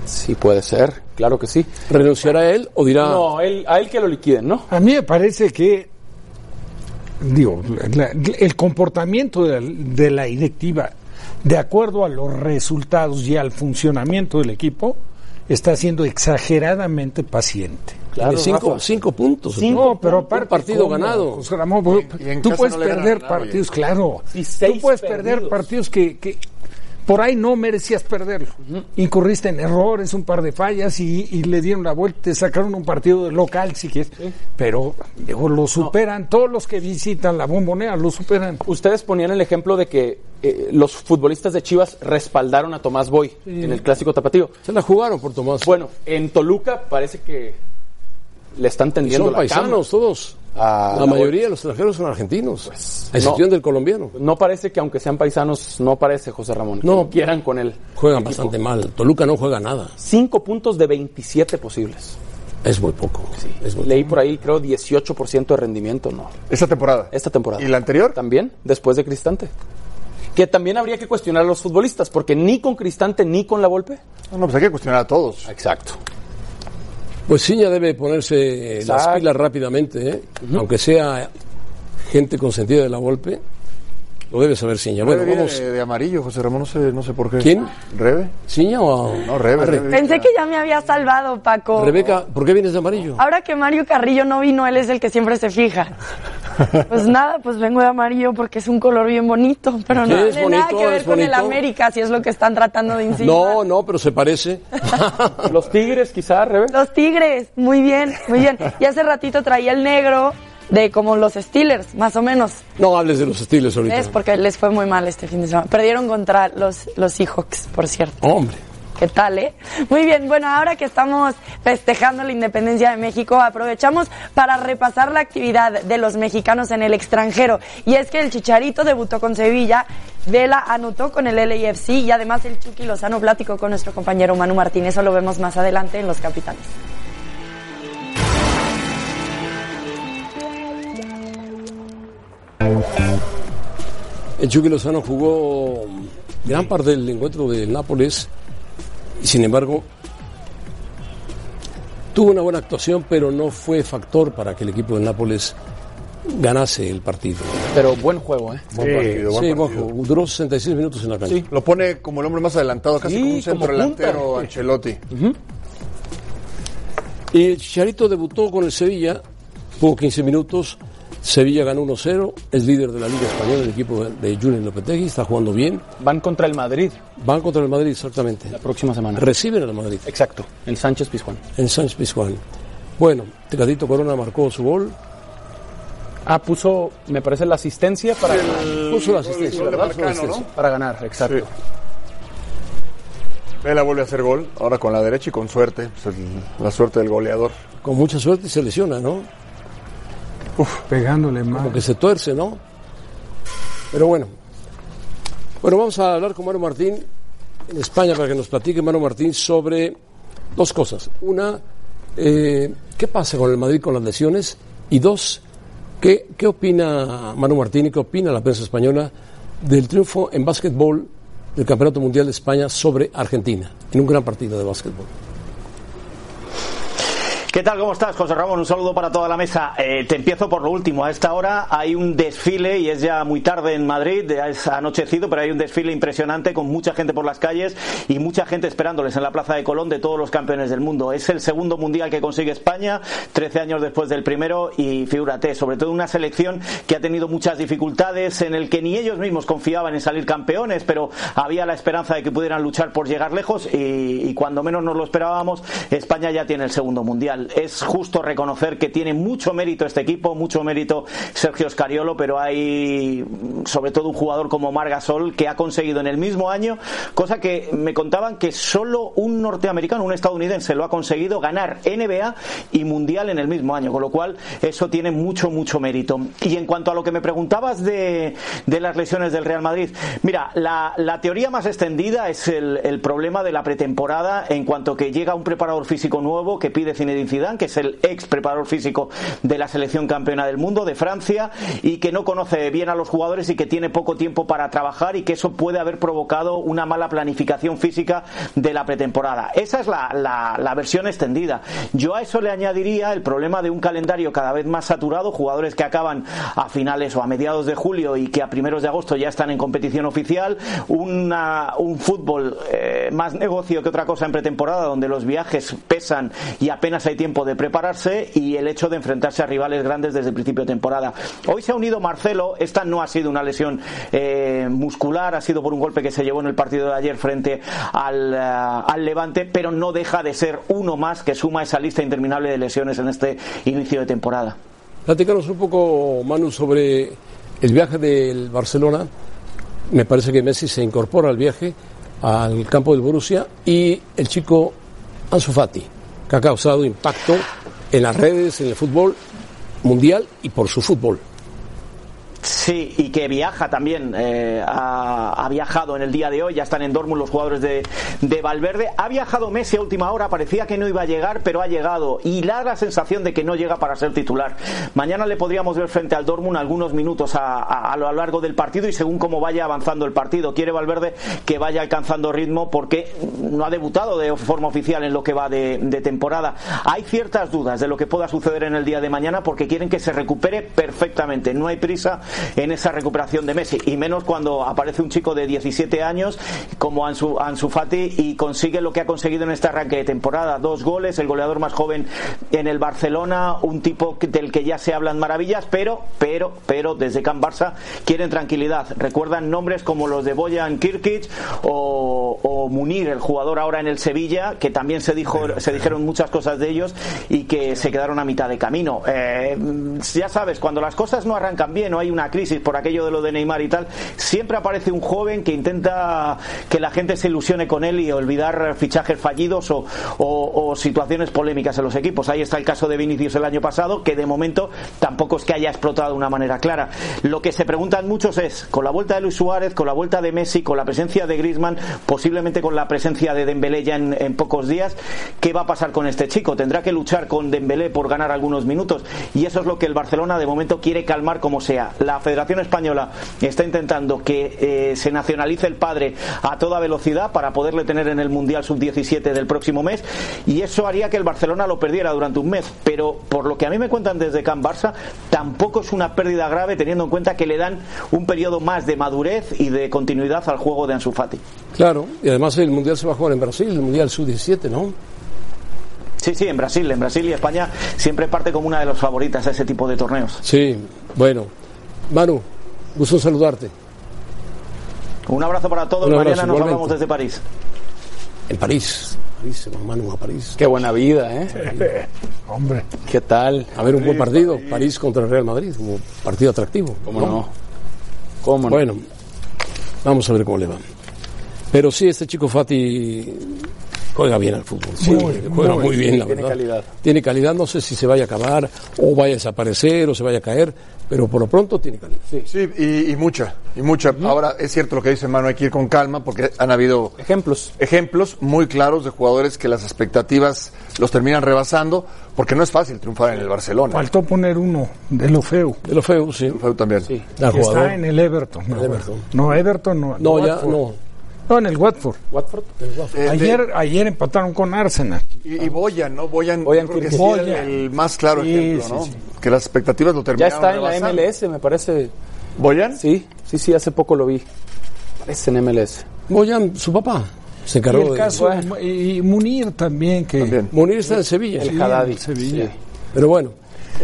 H: Sí, puede ser, claro que sí.
L: ¿Renunciará él o dirá.?
H: No, él, a él que lo liquiden, ¿no?
Q: A mí me parece que, digo, la- el comportamiento de la, de la directiva, de acuerdo a los resultados y al funcionamiento del equipo, está siendo exageradamente paciente.
L: Claro, Tiene cinco- Rafa. cinco puntos. Cinco
Q: no, pero
L: puntos.
Q: aparte.
L: Un partido ganado.
Q: José Ramón, vos-
L: y en
Q: tú
L: casa
Q: puedes
L: no le ganan a
Q: perder
L: nadie.
Q: partidos, claro.
L: Y seis
Q: Tú puedes perder
L: perdidos.
Q: partidos que, que por ahí no merecías perderlo. Incurriste en errores, un par de fallas y, y le dieron la vuelta, te sacaron un partido de local, si quieres. Pero digo, lo superan, todos los que visitan la bombonera lo superan.
H: Ustedes ponían el ejemplo de que eh, los futbolistas de Chivas respaldaron a Tomás Boy
L: Sí.
H: en el clásico tapatío.
L: Se la jugaron por Tomás.
H: Bueno, en Toluca parece que le están
L: Y
H: tendiendo
L: son
H: la cama.
L: paisanos todos.
H: Ah, Pues,
L: la
H: la
L: mayoría de los extranjeros son argentinos. a excepción del colombiano.
H: No parece que aunque sean paisanos, no parece José Ramón. No quieran con él.
L: Juegan bastante mal. Toluca no juega nada.
H: Cinco puntos de 27 posibles.
L: Es muy poco. es muy
H: Leí por ahí, creo, 18% de rendimiento, ¿no?
M: ¿Esta temporada?
H: Esta temporada. ¿Y
M: la anterior?
H: También, después de Cristante. Que también habría que cuestionar a los futbolistas, porque ni con Cristante ni con la Volpe.
M: No, no, pues hay que cuestionar a todos.
H: Exacto.
L: Pues Ciña debe ponerse eh, las
H: Exacto.
L: pilas rápidamente, ¿eh? aunque sea gente consentida de la golpe, lo debe saber Ciña. Bueno,
M: Rebe viene
L: vamos.
M: de, de amarillo, José Ramón, no sé, no sé por qué.
L: ¿Quién?
M: ¿Rebe?
L: ¿Ciña o.?
M: No, Rebe.
L: Ah, Re-
M: Rebe.
K: Pensé que ya me había salvado, Paco.
L: Rebeca, ¿por qué vienes de amarillo?
K: Ahora que Mario Carrillo no vino, él es el que siempre
L: *laughs*
K: se fija. Pues nada, pues vengo de amarillo porque es un color bien bonito, pero no
L: Sí, es
K: tiene nada
L: bonito,
K: que ver
L: es
K: con el
L: bonito.
K: América, si es lo que están tratando de insinuar.
L: No, no, pero se parece.
H: Los Tigres, quizás, Rebe.
K: *laughs* Los Tigres, muy bien, muy bien. Y hace ratito traía el negro de como los Steelers, más o menos.
L: No hables de los estilos ahorita.
K: ¿Ves? Porque les fue muy mal este fin de semana. Perdieron contra los, los Seahawks, por cierto.
L: Hombre.
K: ¿Qué tal, eh? Muy bien, bueno, ahora que estamos festejando la independencia de México, aprovechamos para repasar la actividad de los mexicanos en el extranjero. Y es que el Chicharito debutó con Sevilla, Vela anotó con el LAFC y además el Chucky Lozano platicó con nuestro compañero Manu Martínez. Eso lo vemos más adelante en Los Capitanes.
L: El Chucky Lozano jugó gran parte del encuentro del Nápoles y sin embargo tuvo una buena actuación, pero no fue factor para que el equipo del Nápoles ganase el partido.
H: Pero buen juego, ¿eh?
L: Buen partido, buen partido. Duró 66 minutos en la cancha.
M: Sí, lo pone como el hombre más adelantado, casi
L: Sí,
M: como un
L: como
M: centro delantero,
L: punta.
M: Ancelotti.
L: Y Chicharito debutó con el Sevilla, jugó 15 minutos, Sevilla ganó 1-0, es líder de la Liga Española, el equipo de Julian Lopetegui, está jugando bien.
H: Van contra el Madrid.
L: Van contra el Madrid, exactamente. La
H: próxima semana.
L: Reciben al Madrid.
H: Exacto, en Sánchez Pizjuán.
L: En Sánchez Pizjuán. Bueno, Tecatito Corona marcó su gol.
H: Ah, puso, me parece, la asistencia para
L: Puso la asistencia,
M: gol de
L: ¿verdad? Puso
M: Marcano,
L: la
M: ¿no?
L: asistencia.
H: Para ganar, exacto.
M: Vela vuelve a hacer gol, ahora con la derecha y con suerte. pues, el- la suerte del goleador.
L: Con mucha suerte se lesiona, ¿no?
Q: pegándole más.
L: Como que se tuerce, ¿no? Pero bueno. Bueno, vamos a hablar con Manu Martín en España para que nos platique Manu Martín sobre dos cosas. Una, eh, ¿qué pasa con el Madrid con las lesiones? Y dos, ¿qué, qué opina Manu Martín y qué opina la prensa española del triunfo en básquetbol del Campeonato Mundial de España sobre Argentina, en un gran partido de básquetbol?
R: ¿Qué tal? ¿Cómo estás, José Ramón? Un saludo para toda la mesa. Eh, te empiezo por lo último. A esta hora hay un desfile y es ya muy tarde en Madrid, ya es anochecido, pero hay un desfile impresionante con mucha gente por las calles y mucha gente esperándoles en la Plaza de Colón de todos los campeones del mundo. Es el segundo mundial que consigue España, 13 años después del primero y figúrate, sobre todo una selección que ha tenido muchas dificultades en el que ni ellos mismos confiaban en salir campeones, pero había la esperanza de que pudieran luchar por llegar lejos y, y cuando menos nos lo esperábamos, España ya tiene el segundo mundial. Es justo reconocer que tiene mucho mérito este equipo, mucho mérito Sergio Scariolo, pero hay mm, sobre todo un jugador como Margasol que ha conseguido en el mismo año, cosa que me contaban que solo un norteamericano, un estadounidense, lo ha conseguido ganar NBA y mundial en el mismo año, con lo cual eso tiene mucho, mucho mérito. Y en cuanto a lo que me preguntabas de, de las lesiones del Real Madrid, mira, la, la teoría más extendida es el, el problema de la pretemporada en cuanto que llega un preparador físico nuevo que pide Zinedine
K: Zinedine Zidane, que es el ex preparador físico de la selección campeona del mundo de Francia y que no conoce bien a los jugadores y que tiene poco tiempo para trabajar y que eso puede haber provocado una mala planificación física de la pretemporada. Esa es la, la- la versión extendida. Yo a eso le añadiría el problema de un calendario cada vez más saturado, jugadores que acaban a finales o a mediados de julio y que a primeros de agosto ya están en competición oficial, una- un fútbol eh, más negocio que otra cosa en pretemporada, donde los viajes pesan y apenas hay tiempo de prepararse y el hecho de enfrentarse a rivales grandes desde el principio de temporada. Hoy se ha unido Marcelo, esta no ha sido una lesión eh, muscular, ha sido por un golpe que se llevó en el partido de ayer frente al, eh, al Levante, pero no deja de ser uno más que suma esa lista interminable de lesiones en este inicio de temporada.
L: Platícanos un poco, Manu, sobre el viaje del Barcelona. Me parece que Messi se incorpora al viaje al campo del Borussia y el chico Ansu Fati, que ha causado impacto en las redes, en el fútbol mundial y por su fútbol.
K: Sí, y que viaja también, eh, ha, ha viajado en el día de hoy, ya están en Dortmund los jugadores de, de Valverde. Ha viajado Messi a última hora, parecía que no iba a llegar, pero ha llegado y da la sensación de que no llega para ser titular. Mañana le podríamos ver frente al Dortmund algunos minutos a, a- a lo largo del partido y según cómo vaya avanzando el partido. Quiere Valverde que vaya alcanzando ritmo porque no ha debutado de forma oficial en lo que va de, de temporada. Hay ciertas dudas de lo que pueda suceder en el día de mañana porque quieren que se recupere perfectamente. No hay prisa en esa recuperación de Messi y menos cuando aparece un chico de 17 años como Ansu, Ansu Fati y consigue lo que ha conseguido en este arranque de temporada. Dos goles, el goleador más joven en el Barcelona, un tipo que- del que ya se hablan maravillas, pero, pero, pero desde Camp Barça quieren tranquilidad. Recuerdan nombres como los de Boyan Kirkic o, o Munir, el jugador ahora en el Sevilla, que también se, dijo, se dijeron muchas cosas de ellos y que se quedaron a mitad de camino. Eh, ya sabes, cuando las cosas no arrancan bien o hay una crisis por aquello de lo de Neymar y tal, siempre aparece un joven que intenta que la gente se ilusione con él y olvidar fichajes fallidos o, o- o situaciones polémicas en los equipos. Ahí está el caso de Vinicius el año pasado, que de momento tampoco es que haya explotado de una manera clara. Lo que se preguntan muchos es, con la vuelta de Luis Suárez, con la vuelta de Messi, con la presencia de Griezmann, posiblemente con la presencia de Dembélé ya en, en pocos días, ¿qué va a pasar con este chico? Tendrá que luchar con Dembélé por ganar algunos minutos y eso es lo que el Barcelona de momento quiere calmar como sea. La Federación Española está intentando que eh, se nacionalice el padre a toda velocidad para poderle tener en el Mundial Sub-17 del próximo mes y eso haría que el Barcelona lo perdiera durante un mes, pero por lo que a mí me cuentan desde Camp Barça, tampoco es una pérdida grave teniendo en cuenta que le dan un periodo más de madurez y de continuidad al juego de Ansu Fati.
L: Claro, y además el Mundial se va a jugar en Brasil, el Mundial Sub-17, ¿no?
K: Sí, sí, en Brasil, en Brasil y España siempre parte como una de las favoritas a ese tipo de torneos.
L: Sí, eh, bueno. Manu, gusto en saludarte.
K: Un abrazo para todos,
L: Un abrazo,
K: mañana nos
L: igualmente.
K: hablamos desde París.
L: En París. París, se va Manu a París.
S: Qué buena vida, ¿eh?
T: Hombre.
S: ¿Qué tal?
L: A ver, un buen partido. París, contra el Real Madrid. Un partido atractivo.
S: ¿Cómo no? ¿Cómo no?
L: Bueno, vamos a ver cómo le va. Pero sí, este chico Fati juega bien al fútbol. Juega bien, juega muy, bien, la
S: Tiene
L: verdad.
S: calidad.
L: Tiene calidad. No sé si se vaya a acabar o vaya a desaparecer o se vaya a caer, pero por lo pronto tiene calidad.
M: Sí, y, y mucha, y mucha. Ahora es cierto lo que dice Manu, hay que ir con calma porque han habido
S: ejemplos,
M: ejemplos muy claros de jugadores que las expectativas los terminan rebasando porque no es fácil triunfar en el Barcelona.
T: Faltó poner uno de lo feo.
L: De lo feo, sí.
M: Feo también.
T: Que está en el Everton. No, no Everton no.
M: No, ya,
T: Watford.
M: no.
T: No, en el Watford.
L: Watford. Este-
M: Eh,
T: ayer, ayer empataron con Arsenal.
M: Y, y Boyan, ¿no? Boyan, creo que sí
T: Kirkwood.
M: era el, el más claro
T: Sí,
M: ejemplo,
T: sí,
M: ¿no?
T: sí.
M: Que las expectativas lo
S: Ya
M: terminaron
S: está en la
M: rebasando.
S: MLS, me parece.
M: ¿Boyan?
S: Sí, sí, sí, hace poco lo vi. Parece en MLS.
L: Boyan, su papá,
T: Y
L: se encargó
T: el
L: de-
T: caso, y Munir también, que...
L: Munir está en Sevilla.
T: Sí, en Sevilla.
L: Pero bueno,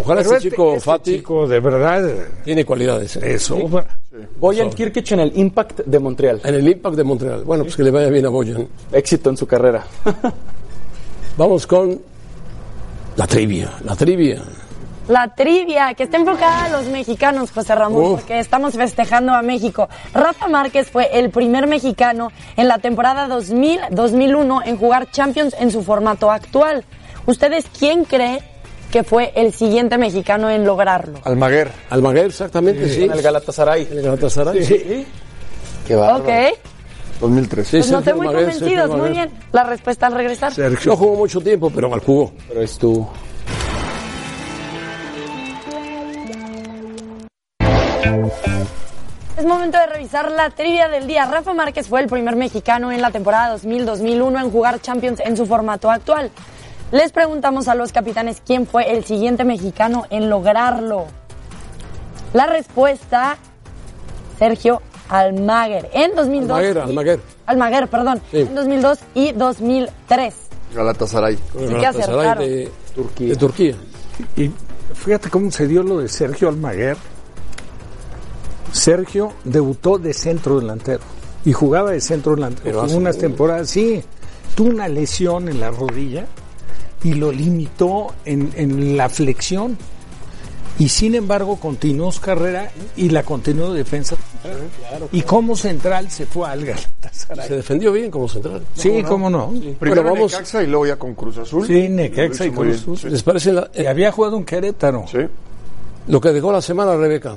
L: ojalá
T: Pero
L: este
T: este-
L: chico
T: este
L: Fati.
T: chico, de verdad.
L: Tiene cualidades. ¿eh?
T: Eso.
S: Boyan Kirkic en el Impact de Montreal.
L: En el Impact de Montreal. Bueno, pues que le vaya bien a Boyan.
S: Éxito en su carrera.
L: Vamos con la trivia. La trivia.
U: La trivia que está enfocada a los mexicanos, José Ramón,
L: Uf.
U: porque estamos festejando a México. Rafa Márquez fue el primer mexicano en la temporada 2000-2001 en jugar Champions en su formato actual. ¿Ustedes quién cree que fue el siguiente mexicano en lograrlo?
M: Almaguer.
L: Almaguer, exactamente, sí.
S: En el Galatasaray.
L: En el Galatasaray, sí.
S: Qué bárbaro.
U: Ok.
M: 2013.
K: Pues no te muy convencidos, muy bien. La respuesta al regresar.
L: No jugó mucho tiempo, pero mal jugó. Pero estuvo.
K: Es momento de revisar la trivia del día. Rafa Márquez fue el primer mexicano en la temporada 2000-2001 en jugar Champions en su formato actual. Les preguntamos a los capitanes quién fue el siguiente mexicano en lograrlo. La respuesta, Sergio Almaguer. En 2002.
L: Almaguer, Almaguer.
K: Almaguer, perdón.
L: Sí.
K: En 2002 y 2003.
M: Galatasaray.
K: que
L: pues,
K: Galatasaray acertaron. de
L: Turquía. De Turquía.
Q: Y fíjate cómo se dio lo de Sergio Almaguer. Sergio debutó de centro delantero y jugaba de centro delantero.
L: Pero
Q: Jugó
L: hace-
Q: unas temporadas, sí, tuvo una lesión en la rodilla y lo limitó en, en la flexión. Y sin embargo continuó su carrera y la continuó de defensa. Y como central se fue al Galatasaray.
L: Se defendió bien como central.
Q: Sí, cómo no.
M: Primero Necaxa y luego ya con Cruz Azul.
Q: Sí, Necaxa y
M: Muy bien,
Q: Cruz Azul.
M: sí.
L: ¿Les parece la-
Q: Y había jugado en Querétaro.
M: Sí.
L: lo que dejó la semana Rebeca?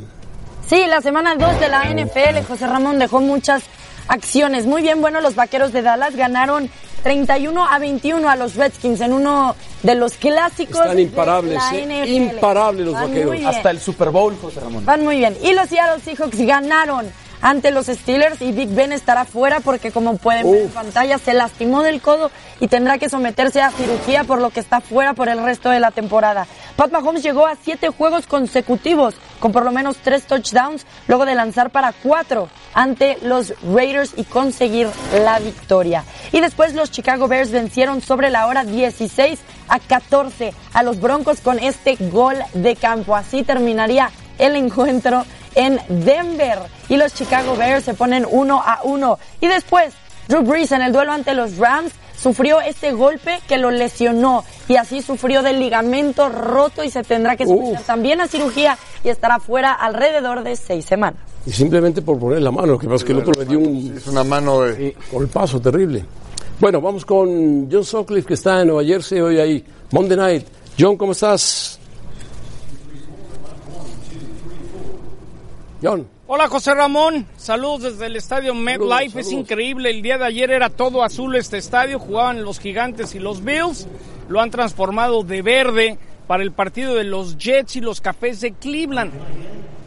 K: Sí, la semana 2 de la NFL, José Ramón dejó muchas acciones. Muy bien, bueno, los vaqueros de Dallas ganaron 31 a 21 a los Redskins en uno de los clásicos.
L: Están
K: de
L: imparables,
K: la
L: eh.
K: NFL.
L: imparables los
K: Van muy
L: vaqueros.
K: bien.
H: Hasta el Super Bowl, José Ramón.
K: Van muy bien. Y los Seattle Seahawks ganaron ante los Steelers y Big Ben estará fuera porque como pueden ver en
L: Uf.
K: pantalla se lastimó del codo y tendrá que someterse a cirugía por lo que está fuera por el resto de la temporada. Pat Mahomes llegó a siete juegos consecutivos con por lo menos tres touchdowns luego de lanzar para cuatro ante los Raiders y conseguir la victoria. Y después los Chicago Bears vencieron sobre la hora 16 a 14 a los Broncos con este gol de campo. Así terminaría el encuentro en Denver y los Chicago Bears se ponen uno a uno. Y después, Drew Brees en el duelo ante los Rams sufrió este golpe que lo lesionó y así sufrió del ligamento roto y se tendrá que someter también a cirugía y estará fuera alrededor de seis semanas.
L: Y simplemente por poner la mano, lo que pasa es que el otro le dio un
M: es una mano
L: golpazo terrible. Bueno, vamos con John Sutcliffe que está en Nueva Jersey hoy ahí, Monday Night. John, ¿cómo estás? John.
D: Hola José Ramón, saludos desde el estadio MetLife, es
L: saludos.
D: increíble, el día de ayer era todo azul este estadio, jugaban los gigantes y los Bills, lo han transformado de verde para el partido de los Jets y los Cafés de Cleveland.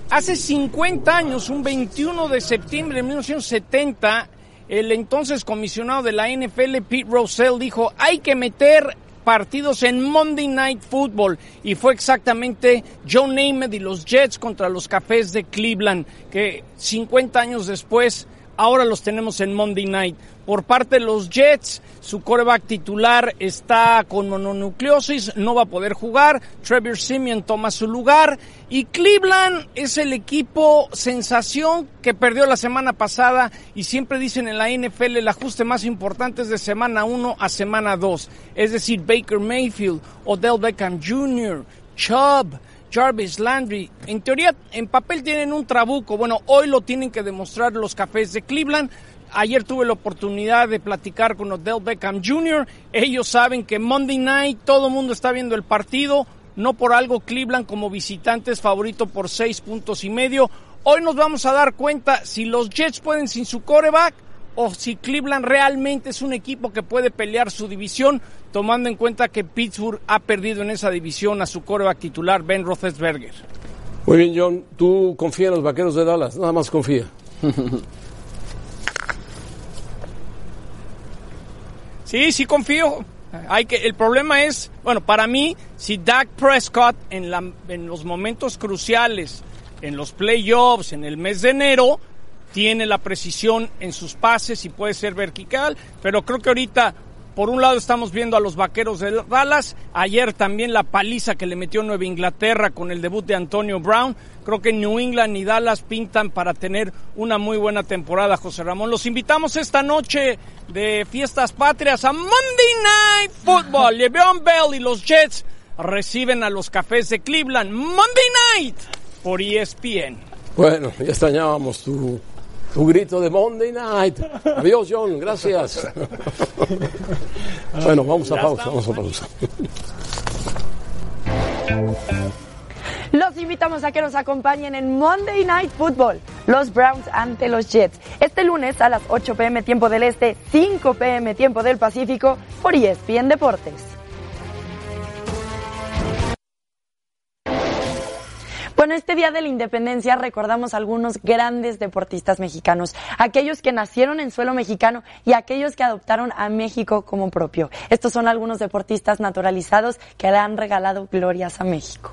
D: Hace 50 años, un 21 de septiembre de 1970, el entonces comisionado de la NFL, Pete Rosell, dijo, hay que meter partidos en Monday Night Football. Y fue exactamente Joe Namath y los Jets contra los Cafés de Cleveland, que 50 años después ahora los tenemos en Monday Night. Por parte de los Jets, su coreback titular está con mononucleosis, no va a poder jugar. Trevor Simeon toma su lugar. Y Cleveland es el equipo sensación que perdió la semana pasada y siempre dicen en la NFL el ajuste más importante es de semana 1 a semana 2. Es decir, Baker Mayfield, Odell Beckham Jr., Chubb, Jarvis Landry. En teoría, en papel tienen un trabuco. Bueno, hoy lo tienen que demostrar los cafés de Cleveland. Ayer tuve la oportunidad de platicar con Odell Beckham Jr. Ellos saben que Monday Night todo el mundo está viendo el partido. No por algo Cleveland como visitante es favorito por seis puntos y medio. Hoy nos vamos a dar cuenta si los Jets pueden sin su coreback o si Cleveland realmente es un equipo que puede pelear su división, tomando en cuenta que Pittsburgh ha perdido en esa división a su coreback titular Ben Roethlisberger. *laughs*
L: Muy bien, John. Tú confía en los vaqueros de Dallas, nada más confía.
D: Sí, sí confío. Hay que, el problema es, bueno, para mí, si Dak Prescott en, la- en los momentos cruciales, en los playoffs, en el mes de enero, tiene la precisión en sus pases y puede ser vertical, pero creo que ahorita, por un lado, estamos viendo a los vaqueros de Dallas, ayer también la paliza que le metió Nueva Inglaterra con el debut de Antonio Brown, creo que New England y Dallas pintan para tener una muy buena temporada, José Ramón. Los invitamos esta noche de Fiestas Patrias a Monday Night Football. LeBron Bell y los Jets reciben a los cafés de Cleveland Monday Night por E ESPN.
L: Bueno, ya extrañábamos tu, tu grito de Monday Night. Adiós, John, gracias. bueno, vamos a pausa, vamos a pausa.
K: Los invitamos a que nos acompañen en Monday Night Football. los Browns ante los Jets. Este lunes a las 8 pm tiempo del Este, 5 pm tiempo del Pacífico por E ESPN Deportes. Bueno, este Día de la Independencia recordamos a algunos grandes deportistas mexicanos, aquellos que nacieron en suelo mexicano y aquellos que adoptaron a México como propio. Estos son algunos deportistas naturalizados que le han regalado glorias a México.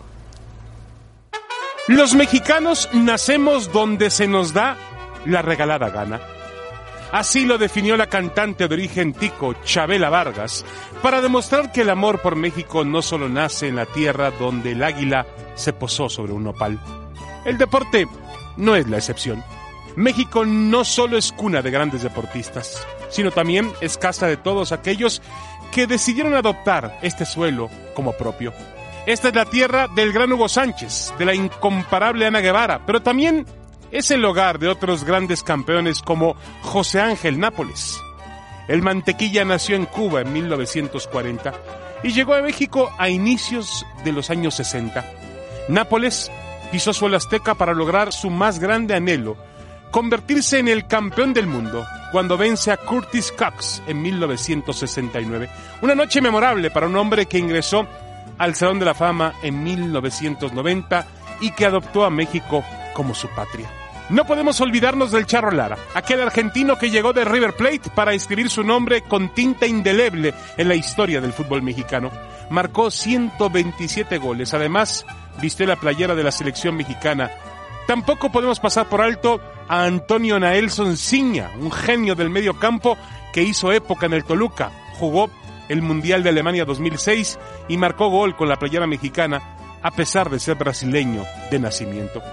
V: Los mexicanos nacemos donde se nos da la regalada gana. Así lo definió la cantante de origen tico Chabela Vargas, para demostrar que el amor por México no solo nace en la tierra donde el águila se posó sobre un nopal. El deporte no es la excepción. México no solo es cuna de grandes deportistas, sino también es casa de todos aquellos que decidieron adoptar este suelo como propio. Esta es la tierra del gran Hugo Sánchez, de la incomparable Ana Guevara, pero también es el hogar de otros grandes campeones como José Ángel Nápoles. El Mantequilla nació en Cuba en 1940 y llegó a México a inicios de los años 60. Nápoles pisó suelo azteca para lograr su más grande anhelo, convertirse en el campeón del mundo cuando vence a Curtis Cox en 1969. Una noche memorable para un hombre que ingresó al Salón de la Fama en 1990 y que adoptó a México como su patria. No podemos olvidarnos del Charro Lara, aquel argentino que llegó de River Plate para escribir su nombre con tinta indeleble en la historia del fútbol mexicano. Marcó 127 goles, además vistió la playera de la selección mexicana. Tampoco podemos pasar por alto a Antonio Naelson Ciña, un genio del medio campo que hizo época en el Toluca, jugó el Mundial de Alemania 2006 y marcó gol con la playera mexicana a pesar de ser brasileño de nacimiento.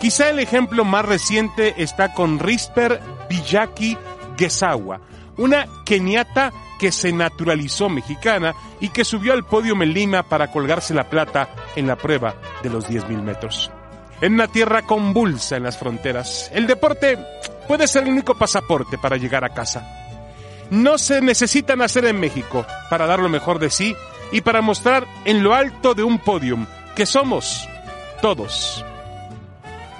V: Quizá el ejemplo más reciente está con Risper Villaki Gesawa, una keniata que se naturalizó mexicana y que subió al podio en Lima para colgarse la plata en la prueba de los 10.000 metros. En una tierra convulsa en las fronteras, el deporte puede ser el único pasaporte para llegar a casa. No se necesita nacer en México para dar lo mejor de sí y para mostrar en lo alto de un podium que somos todos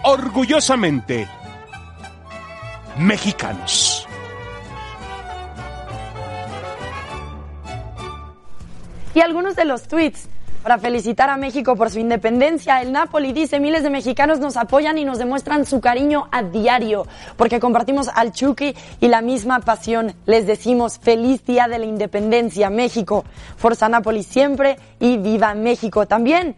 V: orgullosamente mexicanos.
K: Y algunos de los tweets para felicitar a México por su independencia. El Napoli dice, miles de mexicanos nos apoyan y nos demuestran su cariño a diario, porque compartimos al Chucky y la misma pasión. Les decimos, feliz día de la independencia, México. Forza Napoli siempre y viva México. También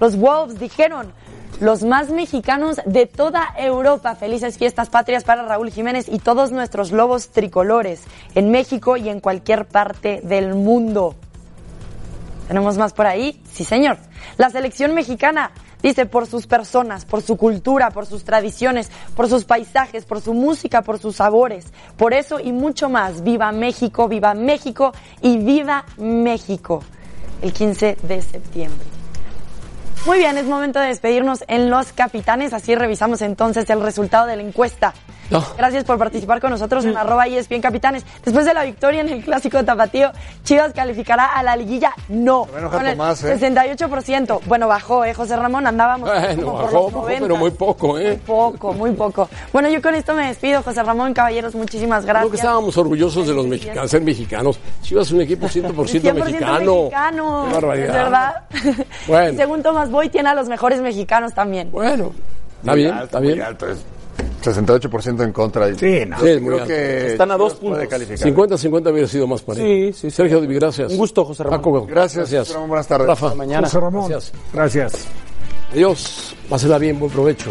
K: los Wolves dijeron, los más mexicanos de toda Europa. Felices fiestas patrias para Raúl Jiménez y todos nuestros lobos tricolores en México y en cualquier parte del mundo. ¿Tenemos más por ahí? Sí, señor. La selección mexicana dice por sus personas, por su cultura, por sus tradiciones, por sus paisajes, por su música, por sus sabores. Por eso y mucho más. Viva México, viva México y viva México. El 15 de septiembre. Muy bien, es momento de despedirnos en Los Capitanes, así revisamos entonces el resultado de la encuesta.
L: No. Mm.
K: Gracias por participar con nosotros en arroba E ESPN Capitanes. Después de la victoria en el clásico tapatío, Chivas calificará a la liguilla no.
M: a enojar
K: Con el
M: Tomás, ¿eh?
K: 68%. Bueno, bajó, ¿eh? José Ramón, andábamos
L: Bueno,
K: como por
L: bajó,
K: los
L: bajó,
K: 90.
L: pero muy poco, ¿eh?
K: Poco, muy poco. Bueno, yo con esto me despido, José Ramón, caballeros, muchísimas gracias.
L: Creo que estábamos orgullosos de los mexicanos, ser mexicanos. Chivas es un equipo
K: *laughs*
L: 100%,
K: 100%
L: mexicano.
K: mexicano.
L: Qué barbaridad.
K: Es verdad.
L: Bueno.
K: *laughs* Según Tomás Boy, tiene a los mejores mexicanos también.
L: Bueno.
M: Está bien, está bien. 68% en contra.
L: Sí,
M: no.
L: es muy
M: creo
L: alto.
M: que
L: Están a dos
M: Chivas puede calificar.
L: puntos. 50-50 hubiera sido más parejo.
M: Sí, sí, sí.
L: Sergio, gracias.
M: Un gusto, José Ramón.
L: Paco,
M: Gracias, José Ramón, buenas tardes.
L: Rafa,
M: Hasta mañana.
Q: José Ramón.
L: Gracias.
Q: Gracias.
L: Adiós. Pásela bien, buen provecho.